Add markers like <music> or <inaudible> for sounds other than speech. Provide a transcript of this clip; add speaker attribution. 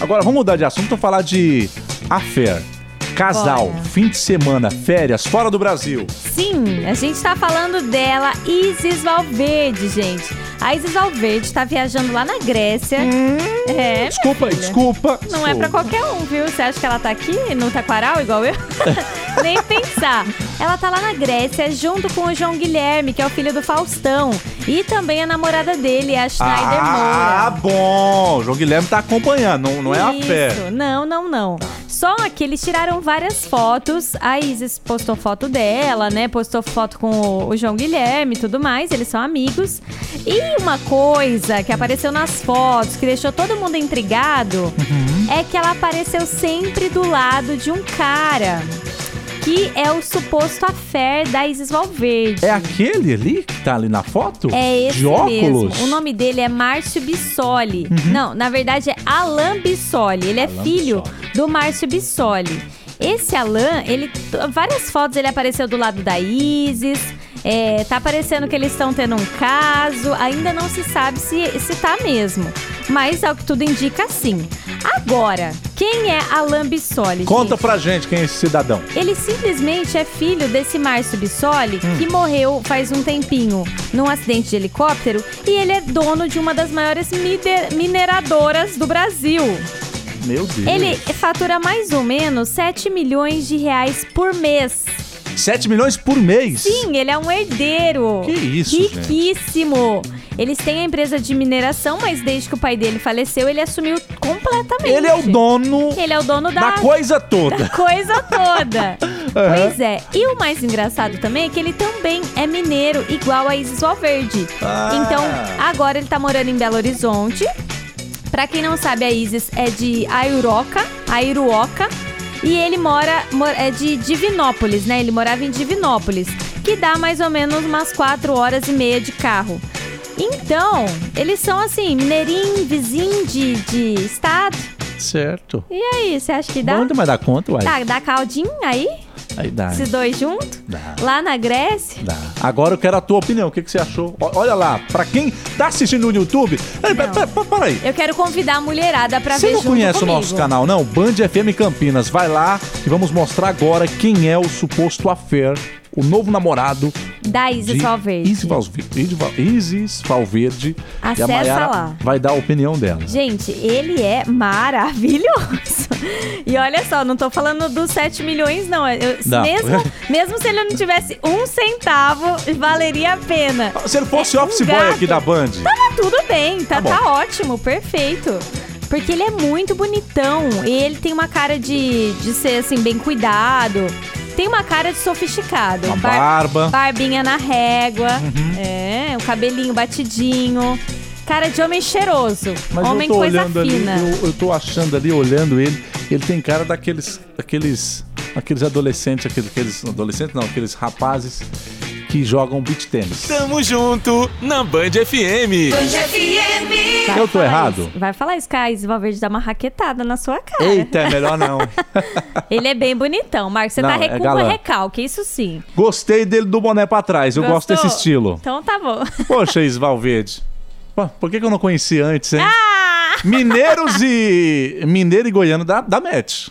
Speaker 1: Agora vamos mudar de assunto e falar de affair. Casal,
Speaker 2: Bora.
Speaker 1: fim de semana, férias, fora do Brasil.
Speaker 2: Sim, a gente tá falando dela, Isis Valverde, gente. A Isis Valverde tá viajando lá na Grécia. é,
Speaker 1: Desculpa,
Speaker 2: filha.
Speaker 1: desculpa.
Speaker 2: não é pra qualquer um, viu? Você acha que ela tá aqui no Taquaral, igual eu? Nem pensar. Ela tá lá na Grécia junto com o João Guilherme, que é o filho do Faustão. E também a namorada dele, a Schneider Moura.
Speaker 1: Ah, bom. O João Guilherme tá acompanhando, não, não é a fé. Tá.
Speaker 2: Isso, Não, não, não. Só que eles tiraram várias fotos. A Isis postou foto dela, né? Postou foto com o, o João Guilherme e tudo mais. Eles são amigos. E uma coisa que apareceu nas fotos, que deixou todo mundo intrigado,
Speaker 1: Uhum.
Speaker 2: é que ela apareceu sempre do lado de um cara. Que é o suposto affair da Isis Valverde.
Speaker 1: É aquele ali que tá ali na foto?
Speaker 2: É esse
Speaker 1: De óculos? Uhum.
Speaker 2: mesmo. O nome dele é Márcio Bissoli. Não, na verdade é Alain Bissoli. Ele é
Speaker 1: Alain
Speaker 2: filho do Márcio Bissoli. Esse Alain, ele várias fotos ele apareceu do lado da Isis. É, tá parecendo que eles estão tendo um caso, ainda não se sabe se, se tá mesmo. Mas ao que tudo indica, sim. Agora, quem é Alain Bissoli?
Speaker 1: Conta pra gente quem é esse cidadão.
Speaker 2: Ele simplesmente é filho desse Márcio Bissoli,
Speaker 1: Hum.
Speaker 2: que morreu faz um tempinho num acidente de helicóptero, e ele é dono de uma das maiores mide- mineradoras do Brasil.
Speaker 1: Meu Deus.
Speaker 2: Ele fatura mais ou menos 7 milhões de reais por mês.
Speaker 1: 7 milhões por mês?
Speaker 2: Sim, ele é um herdeiro.
Speaker 1: Que isso, gente.
Speaker 2: Riquíssimo. Eles têm a empresa de mineração, mas desde que o pai dele faleceu, ele assumiu completamente.
Speaker 1: Ele é o dono
Speaker 2: Ele é o dono da,
Speaker 1: da coisa toda.
Speaker 2: coisa
Speaker 1: <laughs>
Speaker 2: toda. Pois é. E o mais engraçado também é que ele também é mineiro, igual a Isis Valverde.
Speaker 1: Ah.
Speaker 2: Então, agora ele tá morando em Belo Horizonte. Pra quem não sabe, a Isis é de Aiuroca, Airuoca. E ele mora, mo- é de Divinópolis, né? Ele morava em Divinópolis, que dá mais ou menos umas 4 horas e meia de carro. Então, eles são assim, mineirinho, vizinho de, de estado.
Speaker 1: Certo.
Speaker 2: E aí, você acha que dá?
Speaker 1: Bom demais dar conta, uai.
Speaker 2: Tá, dá caldinho aí?
Speaker 1: um Aí dá. hein?
Speaker 2: Esses dois juntos?
Speaker 1: Dá.
Speaker 2: Lá na Grécia?
Speaker 1: Dá. Agora eu quero a tua opinião. O que, que você achou? O- Olha lá, pra quem tá assistindo no YouTube. Ei,
Speaker 2: Não.
Speaker 1: pa- pa- pa- Para aí.
Speaker 2: Eu quero convidar a mulherada pra
Speaker 1: Você
Speaker 2: ver
Speaker 1: não
Speaker 2: junto
Speaker 1: conhece
Speaker 2: comigo.
Speaker 1: o nosso canal, não? Band FM Campinas. Vai lá e vamos mostrar agora quem é o suposto affair, o novo namorado
Speaker 2: Da Isis
Speaker 1: de
Speaker 2: Valverde.
Speaker 1: Isis Valverde. Isis Val- Isis Valverde. e
Speaker 2: Acessa
Speaker 1: a Mayara
Speaker 2: lá.
Speaker 1: vai dar a opinião dela.
Speaker 2: Gente, ele é maravilhoso. <laughs> E olha só, não tô falando dos 7 milhões, não. Eu-
Speaker 1: Não.
Speaker 2: Mesmo, mesmo se ele não tivesse um centavo, valeria a pena.
Speaker 1: Se ele fosse
Speaker 2: É um
Speaker 1: office boy aqui
Speaker 2: gato.
Speaker 1: da Band.
Speaker 2: Tá tudo bem, tá,
Speaker 1: Tá bom.
Speaker 2: tá ótimo, perfeito. Porque ele é muito bonitão e ele tem uma cara de, de ser, assim, bem cuidado. Tem uma cara de sofisticado.
Speaker 1: Uma
Speaker 2: Bar-
Speaker 1: barba.
Speaker 2: Barbinha na régua.
Speaker 1: Uhum.
Speaker 2: É, o cabelinho batidinho. Cara de homem cheiroso.
Speaker 1: Mas
Speaker 2: homem
Speaker 1: eu tô
Speaker 2: coisa
Speaker 1: olhando
Speaker 2: fina.
Speaker 1: ali, eu, eu tô achando ali, olhando ele, ele tem cara daqueles, daqueles, aqueles adolescentes, aqueles, aqueles adolescentes não, aqueles rapazes que jogam beach tênis.
Speaker 2: Então-
Speaker 3: Tamo junto na Band FM.
Speaker 2: Vai
Speaker 1: Eu tô
Speaker 2: falar
Speaker 1: errado?
Speaker 2: isso. Vai falar isso, Caís. Valverde dá uma raquetada na
Speaker 1: <laughs>
Speaker 2: sua cara.
Speaker 1: Eita, é melhor não.
Speaker 2: Ele é bem bonitão, Marcos. Você
Speaker 1: Não,
Speaker 2: tá
Speaker 1: é
Speaker 2: recu-
Speaker 1: galã.
Speaker 2: recalque, isso sim.
Speaker 1: Gostei dele do boné pra trás, eu gosto
Speaker 2: Gostou?
Speaker 1: desse estilo.
Speaker 2: Então tá bom. <laughs>
Speaker 1: Poxa, Is Valverde. Pô, por que, que eu
Speaker 2: <laughs>
Speaker 1: não conheci antes, hein?
Speaker 2: Ah!
Speaker 1: Mineiros e. Mineiro e goiano dá, dá match.